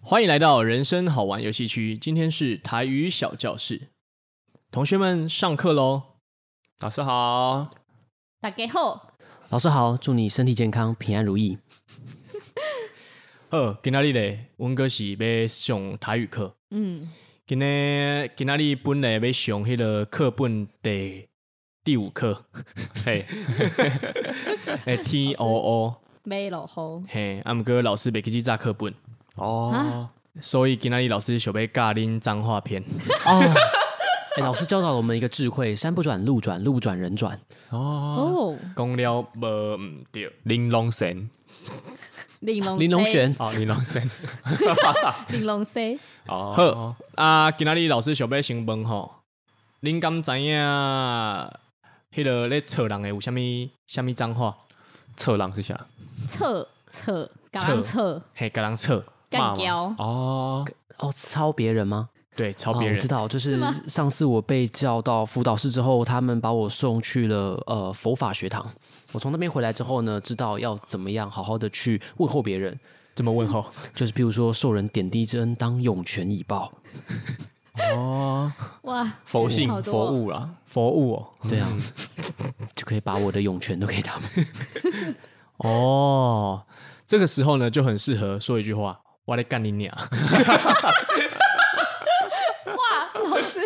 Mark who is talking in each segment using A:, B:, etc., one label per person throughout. A: 欢迎来到人生好玩游戏区，今天是台语小教室，同学们上课喽！
B: 老师好，
C: 打给后，
D: 老师好，祝你身体健康，平安如 意。
A: 呃，今天嘞，文哥是要上台语课，
C: 嗯，
A: 今天今天哩本来要上迄个课本第第五课， 嘿，诶，T O O，
C: 没落后，
A: 嘿，啊，毋过老师袂记记炸课本，
B: 哦
C: 啊，
A: 所以今天哩老师想要教恁脏话片，
D: 哦，哎老师教导了我们一个智慧：山不转路转，路不转人转。
C: 哦，
B: 啊
A: 讲了无毋对，
B: 玲珑神
C: 玲珑
D: 林龙璇，
B: 哦，玲珑神
C: C，玲珑 C，
B: 哦，
A: 好啊，今仔日老师想要先问吼，恁敢知影迄个咧找人诶有啥物啥物脏话？
B: 侧浪是啊啥？
C: 测测，刚测，
A: 嘿，甲人扯，
C: 干
B: 骂
C: 胶
B: 吗，哦，
D: 哦，抄别人吗？
A: 对，抄
D: 哦
A: 别人。
D: 我知道，就是上次我被叫到辅导室之后，他们把我送去了呃佛法学堂。我从那边回来之后呢，知道要怎么样好好的去问候别人，
A: 怎么问候？
D: 就是譬如说受人点滴之恩，当涌泉以报。
C: 哇，
B: 佛
C: 真
B: 性
C: 的好多
B: 佛
C: 哦，
B: 物啦，
A: 佛物哦。
D: 对啊， 就可以把我的涌泉都给他们。
A: 哦，这个时候呢就很适合说一句话：“我来干你娘？
D: 哦
C: 哇，老师，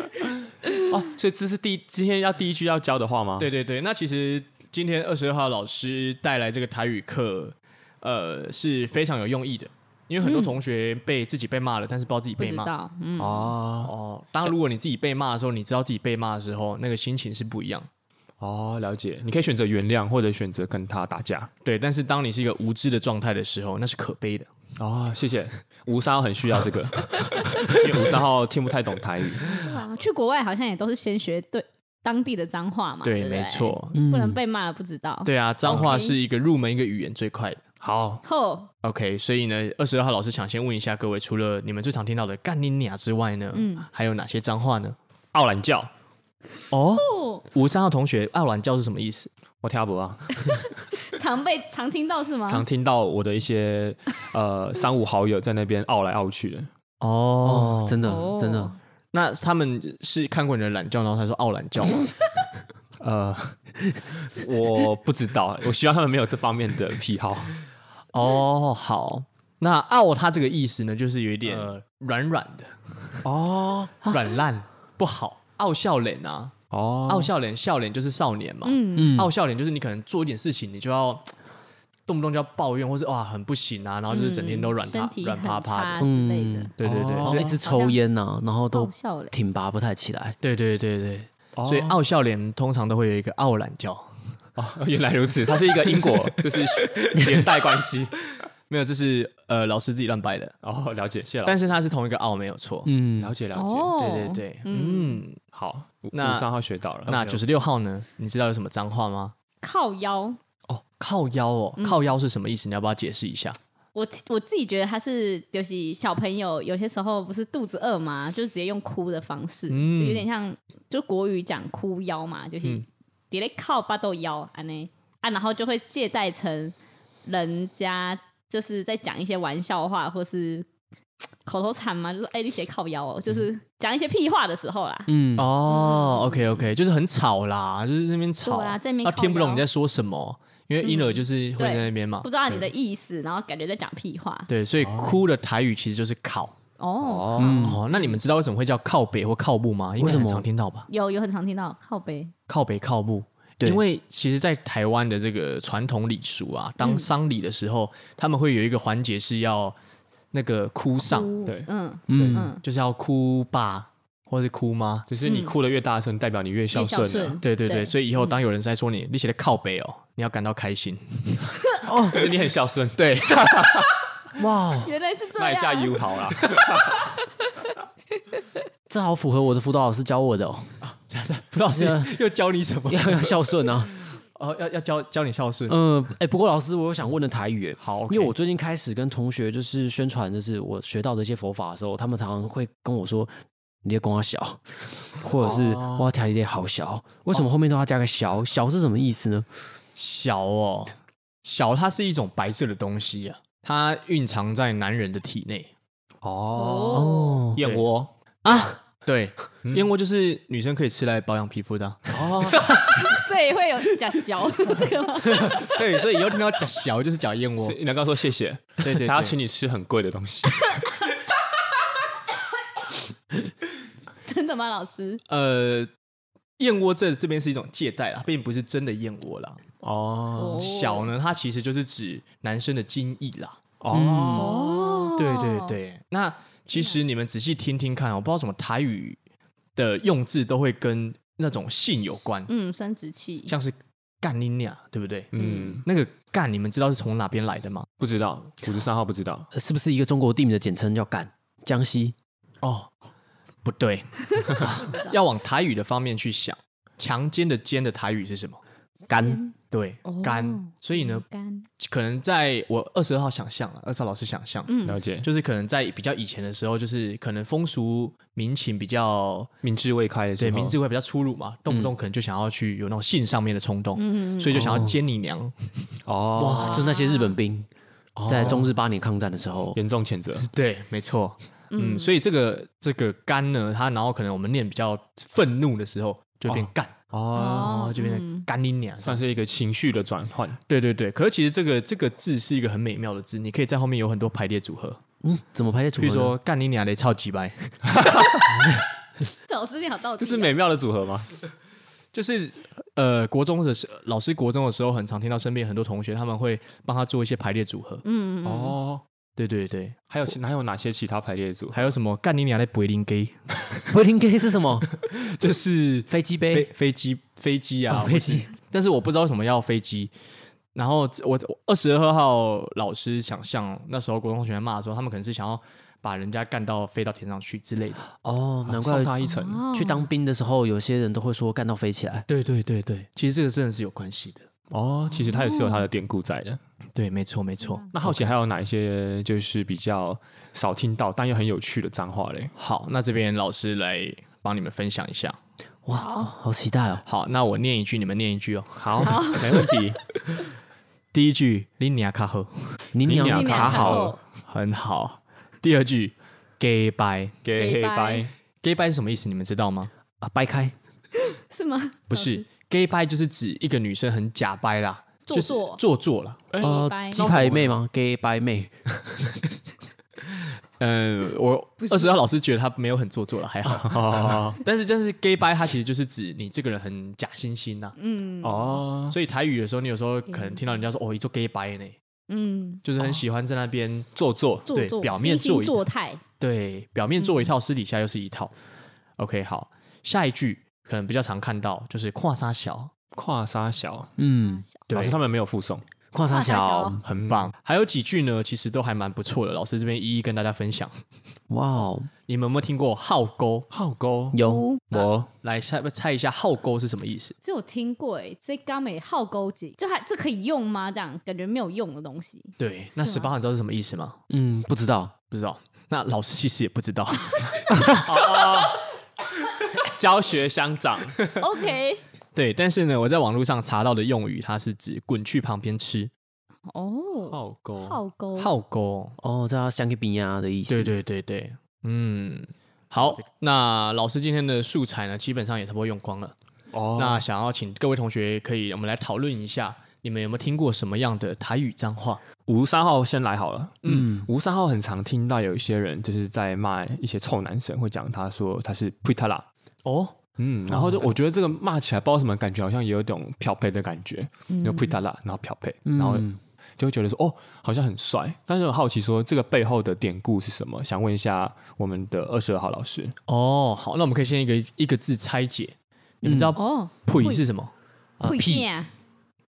B: 哦，所以这是第今天要第一句要教的话吗！”
A: 对对对，那其实今天二十二号老师带来这个台语课，呃，是非常有用意的，因为很多同学被自己被骂了，但是不知道自己
C: 不
A: 被
C: 知
A: 骂。
C: 道，嗯，
B: 哦
A: 哦，当如果你自己被骂的时候，你知道自己被骂的时候，那个心情是不一样。
B: 哦，了解，你可以选择原谅，或者选择跟他打架。
A: 对，但是当你是一个无知的状态的时候，那是可悲的。
B: 哦，谢谢，吴三号很需要这个， 因为吴三号听不太懂台语。
C: 对啊去国外好像也都是先学对当地的脏话嘛，对，
A: 没，错。
C: 不能被骂了不知道，
B: 嗯
A: 对啊，脏话是一个入门一个语言最快的。
B: 好，
C: 后，
A: OK，所以呢，二十二号老师想先问一下各位，除了你们最常听到的“干你娘”之外呢，嗯，还有哪些脏话呢？
B: 傲懒叫，
A: 哦，
C: 哦，
A: 吴三号同学，爱懒叫是什么意思？
B: 我听不啊，
C: 常被常听到是吗？
B: 常听到我的一些呃三五好友在那边傲来傲去的。
A: 哦
D: 哦，真的
C: 哦
D: 真的，
A: 那他们是看过你的懒觉，然后才说“傲懒叫”吗？
B: 呃， 我不知道，我希望他们没有这方面的癖 好。
A: 哦，好，那傲它这个意思呢，就是有一点呃软软、的哦，软烂不好，傲笑脸啊，
B: 哦，
A: 傲笑脸，笑脸就是少年嘛，
C: 嗯，
A: 傲笑脸就是你可能做一点事情，你就要嘖动不动就要抱怨，或是哇很不行啊，然后就是整天都软
C: 嗯身
A: 趴
C: 体
A: 软
C: 很
A: 趴趴
C: 差
A: 的，
C: 之类的，
A: 对对对，
B: 哦
D: 然
A: 所
D: 后
A: 以
D: 一直抽烟呐、然后都
C: 爆笑嘞，
D: 挺拔不太起来。
A: 对对对对。
B: 哦
A: 所以傲笑脸通常都会有一个傲懒叫，
B: 哦，原来如此，它是一个因 果，就是连带关系。
A: 没有，这是呃老师自己乱掰的，
B: 哦，了解，谢了，
A: 但是它是同一个傲没有错。
D: 嗯，
B: 了解了解，
C: 哦，
A: 对对，对，嗯，
B: 好，五
A: 那
B: 五三号学到了，
A: 那九十六号呢？你知道有什么脏话吗？
C: 靠腰，
A: 哦，靠腰哦，
C: 嗯
A: 靠腰是什么意思？你要不要解释一下？
C: 我我自己觉得他是，就是小朋友有些时候不是肚子饿嘛，就直接用哭的方式，
A: 嗯
C: 就有点像就国语讲哭腰嘛，就是
A: 嗯
C: 直接靠巴豆腰啊呢啊，然后就会借代成人家就是在讲一些玩笑话或是口头禅嘛，就是哎、你写靠腰哦，就是讲一些屁话的时候啦，
D: 嗯，
A: 哦，OK OK，就是很吵啦，就是那边吵，
C: 对啊这边
A: 他
C: 靠
A: 听不懂
C: 腰
A: 你在说什么，因为婴儿就是会
C: 对
A: 在那边嘛
C: 不，知道你的意思，然后感觉在讲屁话
A: 对，所以哭的台语其实就是靠。
C: 哦。
B: 哦，
A: 哦，那你们知道为什么会叫靠北或靠步吗？因
D: 为什
A: 很
D: 么
A: 常听到吧？
C: 有有很常听到靠背，
A: 靠北靠步。
D: 对
A: 因为其实，在台湾的这个传统礼俗啊，当丧礼的时候，他们会有一个环节是要那个哭丧，
B: 对，
C: 嗯
D: 嗯
C: 嗯，
A: 就是要哭爸或是哭妈，
B: 就是你哭的越大声，代表你越孝
C: 越孝
B: 顺啊
C: 顺，
A: 对对对，
C: 对
A: 所以以后当有人在说你你写的靠北哦，你要感到开心。
B: 就是你很孝顺， 对，
D: 哇哦，
C: 原来是这
B: 那一
C: 样
B: 下，友好啦，
D: 这好符合我的辅导老师教我的哦，
A: 不知道是
D: 对啊
A: 又教你什么？
D: 要要孝顺啊。
A: 哦，要要教教你孝顺。
D: 嗯，哎、不过老师，我有想问的台语耶，
A: 好，OK
D: 因为我最近开始跟同学就是宣传，就是我学到的一些佛法的时候，他们常常会跟我说。你在跟我小，或者是
B: 哦
D: 哇，台里好小，为什么后面都要加个小？小是什么意思呢？
A: 小哦，小它是一种白色的东西啊，它蕴藏在男人的体内。
B: 哦，
C: 哦，
D: 哦，
B: 燕窝
A: 对，
D: 嗯
A: 燕窝就是女生可以吃来保养皮肤的啊、
D: 哦
C: 所以会有 假小这个吗？
A: 对，所以以后听到假小就是假燕窝
B: 是，你刚刚说谢谢，
A: 对对对
B: 他要请你吃很贵的 东西，
C: 真的吗，老师？
A: 呃，燕窝这这边是一种借贷啦，并不是真的燕窝啦。
B: 哦
C: 哦
A: 嗯小呢，它其实就是指男生的精液啦。
B: 哦，
C: 哦，
A: 对对，对，那其实你们仔细听听看哦，我不知道什么台语的用字都会跟那种性有关，
C: 嗯，生殖器，
A: 像是干你娘，对不对？
B: 嗯，
A: 那个干，你们知道是从哪边来的吗？
B: 不知道，五十三号不知道，
D: 是不是一个中国地名的简称叫赣江西？
A: 哦，不对， 要往台语的方面去想。强奸的奸的台语是什么？
D: 赣
A: 对
C: 哦，
A: 干、所以呢，
C: 干，
A: 可能在我二十二号想象了，啊二十号老师想象，
C: 嗯
B: 了解，
A: 就是可能在比较以前的时候，就是可能风俗民情比较
B: 明智未开的时
A: 对
B: 候，
A: 民智会比较粗鲁嘛，动不动可能就想要去有那种性上面的冲动，
C: 嗯，
A: 所以就想要奸你娘。
B: 哦，
D: 哇，就是那些日本兵在中日八年抗战的时候，
B: 严重谴责，
A: 对，没错，嗯，所以这个这个干呢，它然后可能我们念比较愤怒的时候就变干，
B: 哦，
A: 然后
C: 哦，
A: 就变成干你娘，
B: 算是一个情绪的转换，
A: 对对对，可是其实这个这个字是一个很美妙的字，你可以在后面有很多排列组合，
D: 嗯，怎么排列组
A: 比
D: 合
A: 如
D: 呢？
A: 说干你娘的超级白，
C: 老师你好到底，啊
B: 这是美妙的组合吗？
A: 就是呃国中的时老师国中的时候，很常听到身边很多同学他们会帮他做一些排列组合，
C: 嗯，嗯，嗯
B: 哦，
A: 对对对，
B: 还有其还有哪些其他排列组合？
A: 还有什么干你娘的柏林 gay，
D: 柏林 K 是什么？
A: 就是
D: 飞机
A: 飞
D: 杯？
A: 飞机飞机啊、
D: 哦飞机
A: 或是，但是我不知道为什么要飞机。然后我二十二号老师想象那时候国中同学骂说，他们可能是想要把人家干到飞到天上去之类的。
D: 哦，难怪
B: 送他一层，
C: 哦
D: 去当兵的时候，有些人都会说干到飞起来。
A: 对对对对，其实这个真的是有关系的。
B: 哦，其实它也是有它的典故在的。
A: 对，没错没错。
B: 那好奇还有哪一些就是比较少听到但又很有趣的脏话嘞？
A: 好，那这边老师来帮你们分享一下。
D: 哇，哦好期待哦！
A: 好，那我念一句，你们念一句哦。
B: 好，没问题。
A: 第一句“你娘卡好
D: 您
B: 娘
D: 娘
C: 你俩
B: 卡好
C: 后
B: 了”，
A: 很好。第二句 “gay bye”，gay
B: 给
C: 给
B: 黑
C: 掰
B: 白
A: bye 是什么意思？你们知道吗？
D: 啊，掰开
C: 是吗？
A: 不是，gay bye 就是指一个女生很假掰啦，
C: 做
A: 就是
C: 作
A: 做作啦。
D: 哦，
C: 掰
D: 鸡排妹吗？gay 掰妹
A: 呃，我二十号老师觉得他没有很做作了，还好。
B: 哦
A: 但是，但是 gay bye 它其实就是指你这个人很假惺惺呐。
C: 嗯
B: 哦，
A: 所以台语有时候你有时候可能听到人家说哦，一做 gay bye 呢，
C: 嗯，
A: 就是很喜欢在那边做作，
C: 哦做
A: 对，
C: 作，
A: 表面
C: 惺
A: 做
C: 惺
A: 一套
C: 作态，
A: 对，表面做一套，私底下又是一套。OK，好，下一句可能比较常看到，就是跨沙小，
B: 跨沙小，
D: 嗯，
B: 老师他们没有附送
D: 跨
C: 大
D: 沙小，
A: 很
C: 嗯
A: 棒。还有几句呢，其实都还蛮不错的，老师这边一一跟大家分享。
D: 哇哦，
A: 你们有没有听过号勾？
B: 号沟，
D: 有
C: 哦，
B: 我
A: 来猜猜一下号勾是什么意思？
C: 这我听过哎，这刚美好勾结，这还这可以用吗？这样感觉没有用的东西，
A: 对，那十八号你知道是什么意思吗？
D: 嗯，不知道，
A: 不知道。那老师其实也不知道。
B: 教学乡长
C: OK，
A: 对，但是呢，我在网络上查到的用语，它是指滚去旁边吃
C: 哦，
B: 号沟，
C: 好勾，
A: 号勾。
D: 哦，叫香吉比亚的意思，
A: 对对对对，嗯，好，那老师今天的素材呢，基本上也差不多用光了。
B: 哦
A: 那想要请各位同学可以，我们来讨论一下，你们有没有听过什么样的台语脏话？
B: 五十三号先来好了。嗯，五十三号很常听到有一些人就是在骂一些臭男生，会讲他说他是 p r i t a l a
A: 哦，
B: 嗯，然后就我觉得这个骂起来不知道什么感觉，好像也有一种漂配的感觉，有 p r i t a l a 然后漂配，然后就会觉得说哦，好像很帅。但是我好奇说这个背后的典故是什么？想问一下我们的二十二号老师。
A: 哦，好，那我们可以先一个一个字拆解。你们知道
C: 哦，
A: “呸”是什么？
D: 啊
C: 会
D: 屁
C: 啊，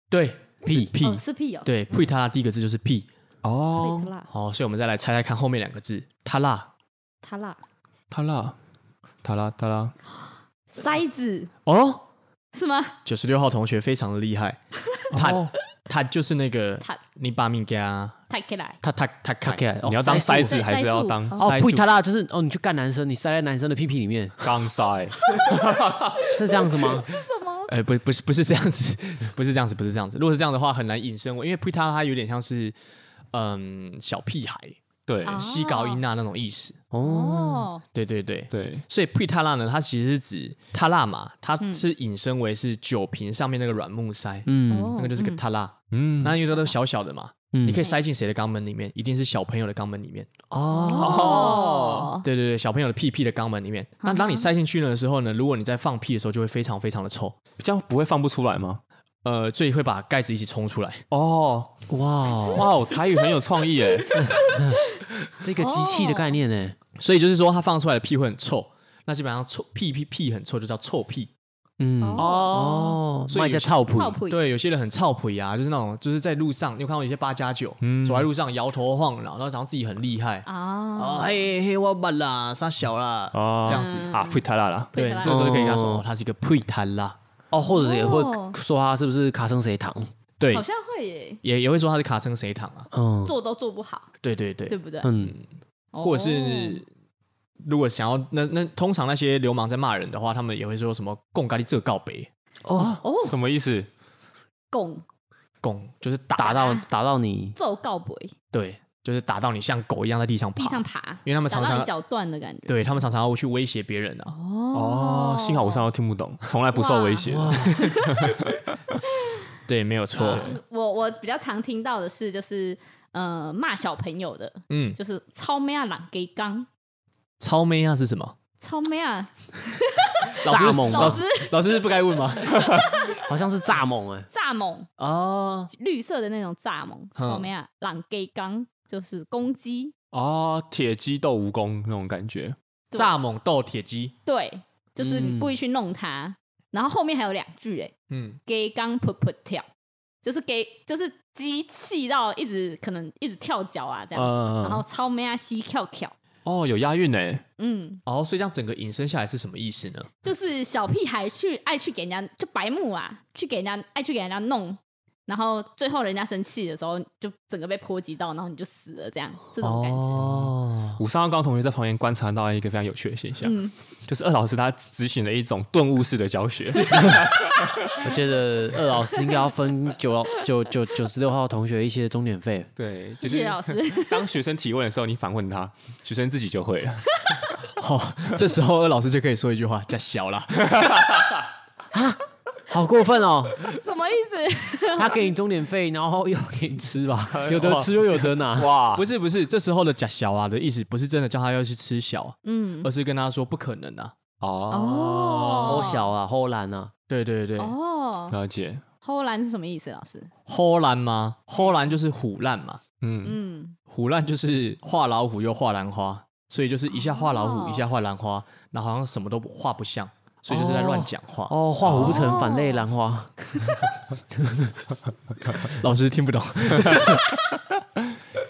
A: 对，
D: 屁
A: 屁嗯
C: 哦，是屁哦，
A: 对，呸他拉第一个字就是屁。
B: 哦，
C: 会啦，
A: 好，所以我们再来猜猜看后面两个字，他辣。
C: 他啦，
B: 他啦，他啦，他啦，
C: 塞子
A: 哦，
C: 是吗？
A: 九十六号同学非常的厉 害，他、他就是那个
C: 他
A: 你把命给他，
C: 抬起来，
A: 他他他
D: 卡起
A: 看，
D: 来，
B: 你要当
D: 哦塞
B: 塞
D: 住
B: 子
C: 对
B: 还是
C: 塞
B: 要
C: 住
B: 当
C: 哦
D: 哦
A: 塞，住
D: 不他啦，就是哦，你去干男生，你塞在男生的屁屁里面，
B: 刚塞？
D: 是这样子吗？
A: 呃，不不是不是这样子，不是这样子，不是这样子。如果是这样的话，很难引申为，因为呸他拉他有点像是嗯小屁孩，
B: 对
C: 啊
A: 西高音纳那种意思。嗯
C: 哦，
A: 对对对，
B: 对，
A: 所以 p 塔拉呢，它其实是指塔拉嘛，它是引申为是酒瓶上面那个软木塞，
D: 嗯
C: 那
A: 那个就是个塔拉。
B: 嗯，
A: 那因为它都小小的嘛，
D: 嗯
A: 你可以塞进谁的肛门里面？一定是小朋友的肛门里面。
C: 哦，
A: 对对对，小朋友的屁屁的肛门里
D: 啊
A: 面。那当你塞进去的时候呢，如果你在放屁的时候，就会非常非常的臭，
B: 这样不会放不出来吗？
A: 呃，所以会把盖子一起冲出来。
B: 哦，
D: 哇哦，
B: 哇，我台语很有创意哎，
D: 这个机器的概念呢？
A: 所以就是说，它放出来的屁会很臭。那基本上臭屁屁屁很臭，就叫臭屁。
D: 嗯哦，
B: 哦，
A: 所以
D: 卖家操谱
C: 靠谱，
A: 对，有些人很操皮啊，就是那种就是在路上，你有看到有些八加九，
B: 嗯
A: 走在路上摇头晃脑，然后然后自己很厉害
C: 啊，
A: 啊，嘿嘿，我笨啦，傻小啦，
B: 哦
A: 这样子。
D: 嗯
B: 啊，不太啦啦，
A: 对，
C: 对
A: 这个时候就可以跟他说，
D: 哦
A: 哦，他是一个配摊啦，
D: 哦，或者也会
C: 哦
D: 说他是不是卡生谁糖？
A: 对
C: 好，像会耶，
A: 也也会说他是卡称谁糖啊，
D: 嗯
C: 做都做不好，
A: 对对对
C: 对，不对？
D: 嗯
A: 或者
C: 哦
A: 是如果想要那那通常那些流氓在骂人的话，他们也会说什么“贡咖喱这告白
D: 哦，
C: 哦，
B: 什么意思？
C: 拱
A: 贡”，就是打
D: 打
C: 哎
D: 到打到你
C: 揍告白，
A: 对，就是打到你像狗一样在地上爬，
C: 地上爬，
A: 因为他们
C: 打
A: 常
C: 到
A: 常
C: 你脚断的感觉。
A: 对他们常常会去威胁别人啊，
B: 哦，幸好我上周听不懂，从来不受威胁。
D: 哇，
A: 对，没有错，
C: 我我比较常听到的是，就是呃骂小朋友的，
A: 嗯，
C: 就是超妹啊懒给刚，
A: 超妹啊是什么？
C: 超妹啊
A: 老师
D: 蚱蜢吧
A: 老
C: 老
A: 师
C: 师
A: 老师不该问吗？
D: 好像是蚱蜢哎，
C: 蚱蜢，
A: 哦
C: 绿色的那种蚱蜢，超妹啊懒给刚，就是公鸡，
B: 哦，铁鸡斗蜈蚣那种感觉，
C: 对
A: 蚱蜢斗铁鸡，
C: 对，就是你故意去弄它。然后后面还有两句、哎，
A: 嗯，
C: 给刚噗噗跳，就是给就是鸡气到一直可能一直跳脚啊这样子，然后
B: 嗯，
C: 超妹啊西跳跳，
B: 哦，有押韵呢，
C: 嗯，
A: 哦，所以这样整个引申下来是什么意思呢？
C: 就是小屁孩去爱去给人家就白目啊，去给人家爱去给人家弄，然后最后人家生气的时候，就整个被波及到，然后你就死了，这样这种感觉。
A: 哦，
B: 五三二高同学在旁边观察到一个非常有趣的现象，
C: 嗯
B: 就是二老师他执行了一种顿悟式的教学，
D: 我觉得二老师应该要分九老九九九十六号同学一些钟点费。
B: 对，
C: 谢
B: 就
C: 谢
B: 是
C: 老师，
B: 当学生提问的时候，你反问他，学生自己就会了。
A: 好， 这时候老师就可以说一句话：叫小啦。
D: 好过分哦！
C: 什么意思？
D: 他给你钟点费，然后又给你吃吧，有得吃又有得拿。
B: 哇，
A: 不是不是，这时候的假小啊的意思不是真的叫他要去吃小，
C: 嗯，
A: 而是跟他说不可能啊。
C: 哦
D: 好小啊，好懒啊，
A: 对对对，
C: 哦，
B: 了解，
C: 偷懒是什么意思？老师，
A: 齁烂吗？齁烂就是虎烂嘛，
B: 嗯，
C: 嗯，
A: 虎烂就是画老虎又画兰花，所以就是一下画老虎，
C: 哦
A: 一下画兰花，然后好像什么都不画不像，所以就是在乱讲话。
D: 哦，画虎不成反类兰花。
A: 老师听不懂，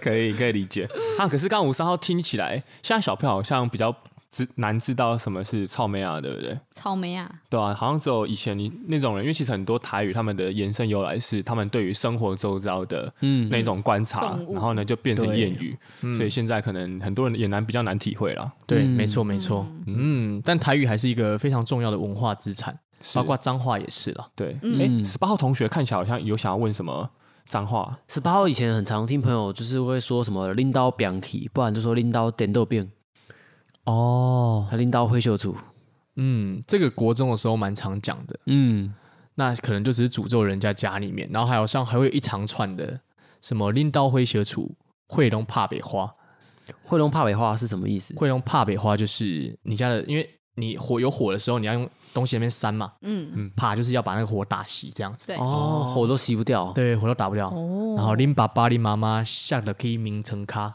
B: 可以可以 理解。啊，可是刚五三号听起来，现在小朋友好像比较知难知道什么是草莓啊，对不对？
C: 草莓啊，
B: 对啊，好像只有以前你那种人，因为其实很多台语他们的延伸由来是他们对于生活周遭的
D: 嗯
B: 那种观察，
C: 动物
B: 然后呢就变成
A: 对
B: 谚语，所以现在可能很多人也难比较难体会了。
A: 对，
D: 嗯
A: 没错没错，嗯，但台语还是一个非常重要的文化资产，
B: 是
A: 包括脏话也是了。
B: 对，哎，
D: 嗯
B: 十八号同学看起来好像有想要问什么脏话，
D: 十八号以前很常听朋友就是会说什么拎刀 b i 不然就说拎刀点豆病，
A: 哦，
D: 还拎刀灰袖组。
A: 嗯，这个国中的时候蛮常讲的，
D: 嗯，
A: 那可能就只是诅咒人家家里面，然后还有像还会有一长串的什么拎刀灰蛇杵，惠龙怕北花，
D: 惠龙怕尾花是什么意思？
A: 惠龙怕北花就是你家的，因为你火有火的时候，你要用东西那边扇嘛，
C: 嗯，
A: 怕就是要把那个火打熄这样子，
C: 对
D: 哦，火都熄不掉。
A: 对，火都打不掉。
C: 哦
A: 然后拎爸爸拎妈妈吓得可以名成咖，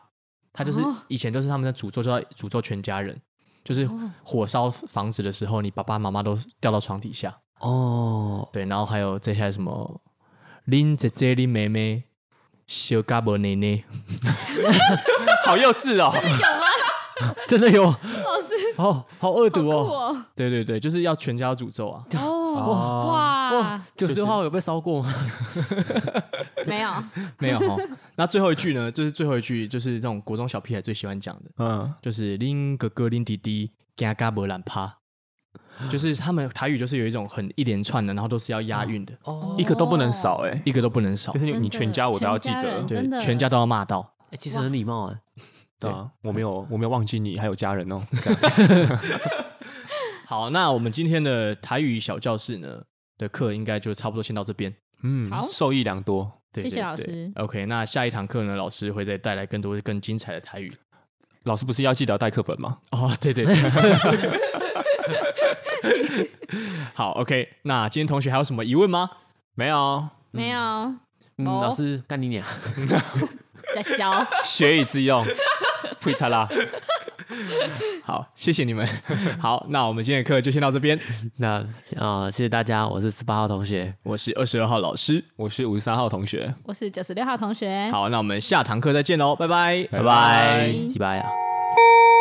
A: 他就是
C: 哦
A: 以前都是他们在诅咒，就要诅咒全家人，就是
C: 哦
A: 火烧房子的时候，你爸爸妈妈都掉到床底下。
D: 哦，
A: 对，然后还有接下来什么林姐姐、林妹妹、小嘎伯奶奶，
B: 好幼稚哦。
C: 有吗？
D: 真的有
C: 老师，
D: 哦，好恶
C: 好
D: 毒
C: 酷
D: 哦。
C: 哦，
A: 对对对，就是要全家要诅咒啊。
C: 哦，哇，
D: 九十六号有被烧过吗？
C: 没有，
A: 没有哈，那最后一句呢，就是最后一句，就是这种国中小屁孩最喜欢讲的，
B: 嗯，
A: 就是林哥哥、林弟弟，嘎嘎伯懒趴，就是他们台语就是有一种很一连串的，然后都是要押韵的，
D: 哦，
B: 一个都不能少哎、
A: 一个都不能少
B: 就，是你
C: 真的
B: 你全家我都要记
C: 全家
B: 得
C: 人。
A: 对
C: 真的，
A: 全家都要骂到。
D: 欸其实很礼貌哎。
B: 对啊，我没有，我没有忘记你还有家人哦。
A: 好，那我们今天的台语小教室呢的课应该就差不多先到这边。
B: 嗯
C: 好，
B: 受益良多。
A: 对
C: 谢谢
A: 对
C: 老
A: 对
C: 师
A: OK，那下一堂课呢，老师会再带来更多更精彩的台语。
B: 老师不是要记得带课本吗？
A: 哦，对对对。 好，OK，那今天同学还有什么疑问吗？
B: 没有，哦
C: 没有
D: 嗯，
C: 哦
D: 老师干你娘！
C: 在笑，
B: 学以致用。p r e t a 啦，
A: 好，谢谢你们。 好，那我们今天的课就先到这边。
D: 那啊、呃谢谢大家，我是十八号同学，
A: 我是二十二号老师。
B: 我是五十三号同学。
C: 我是九十六号同学，
A: 好，那我们下堂课再见喽，拜拜，
B: 拜拜
D: 几拜啊？
C: 拜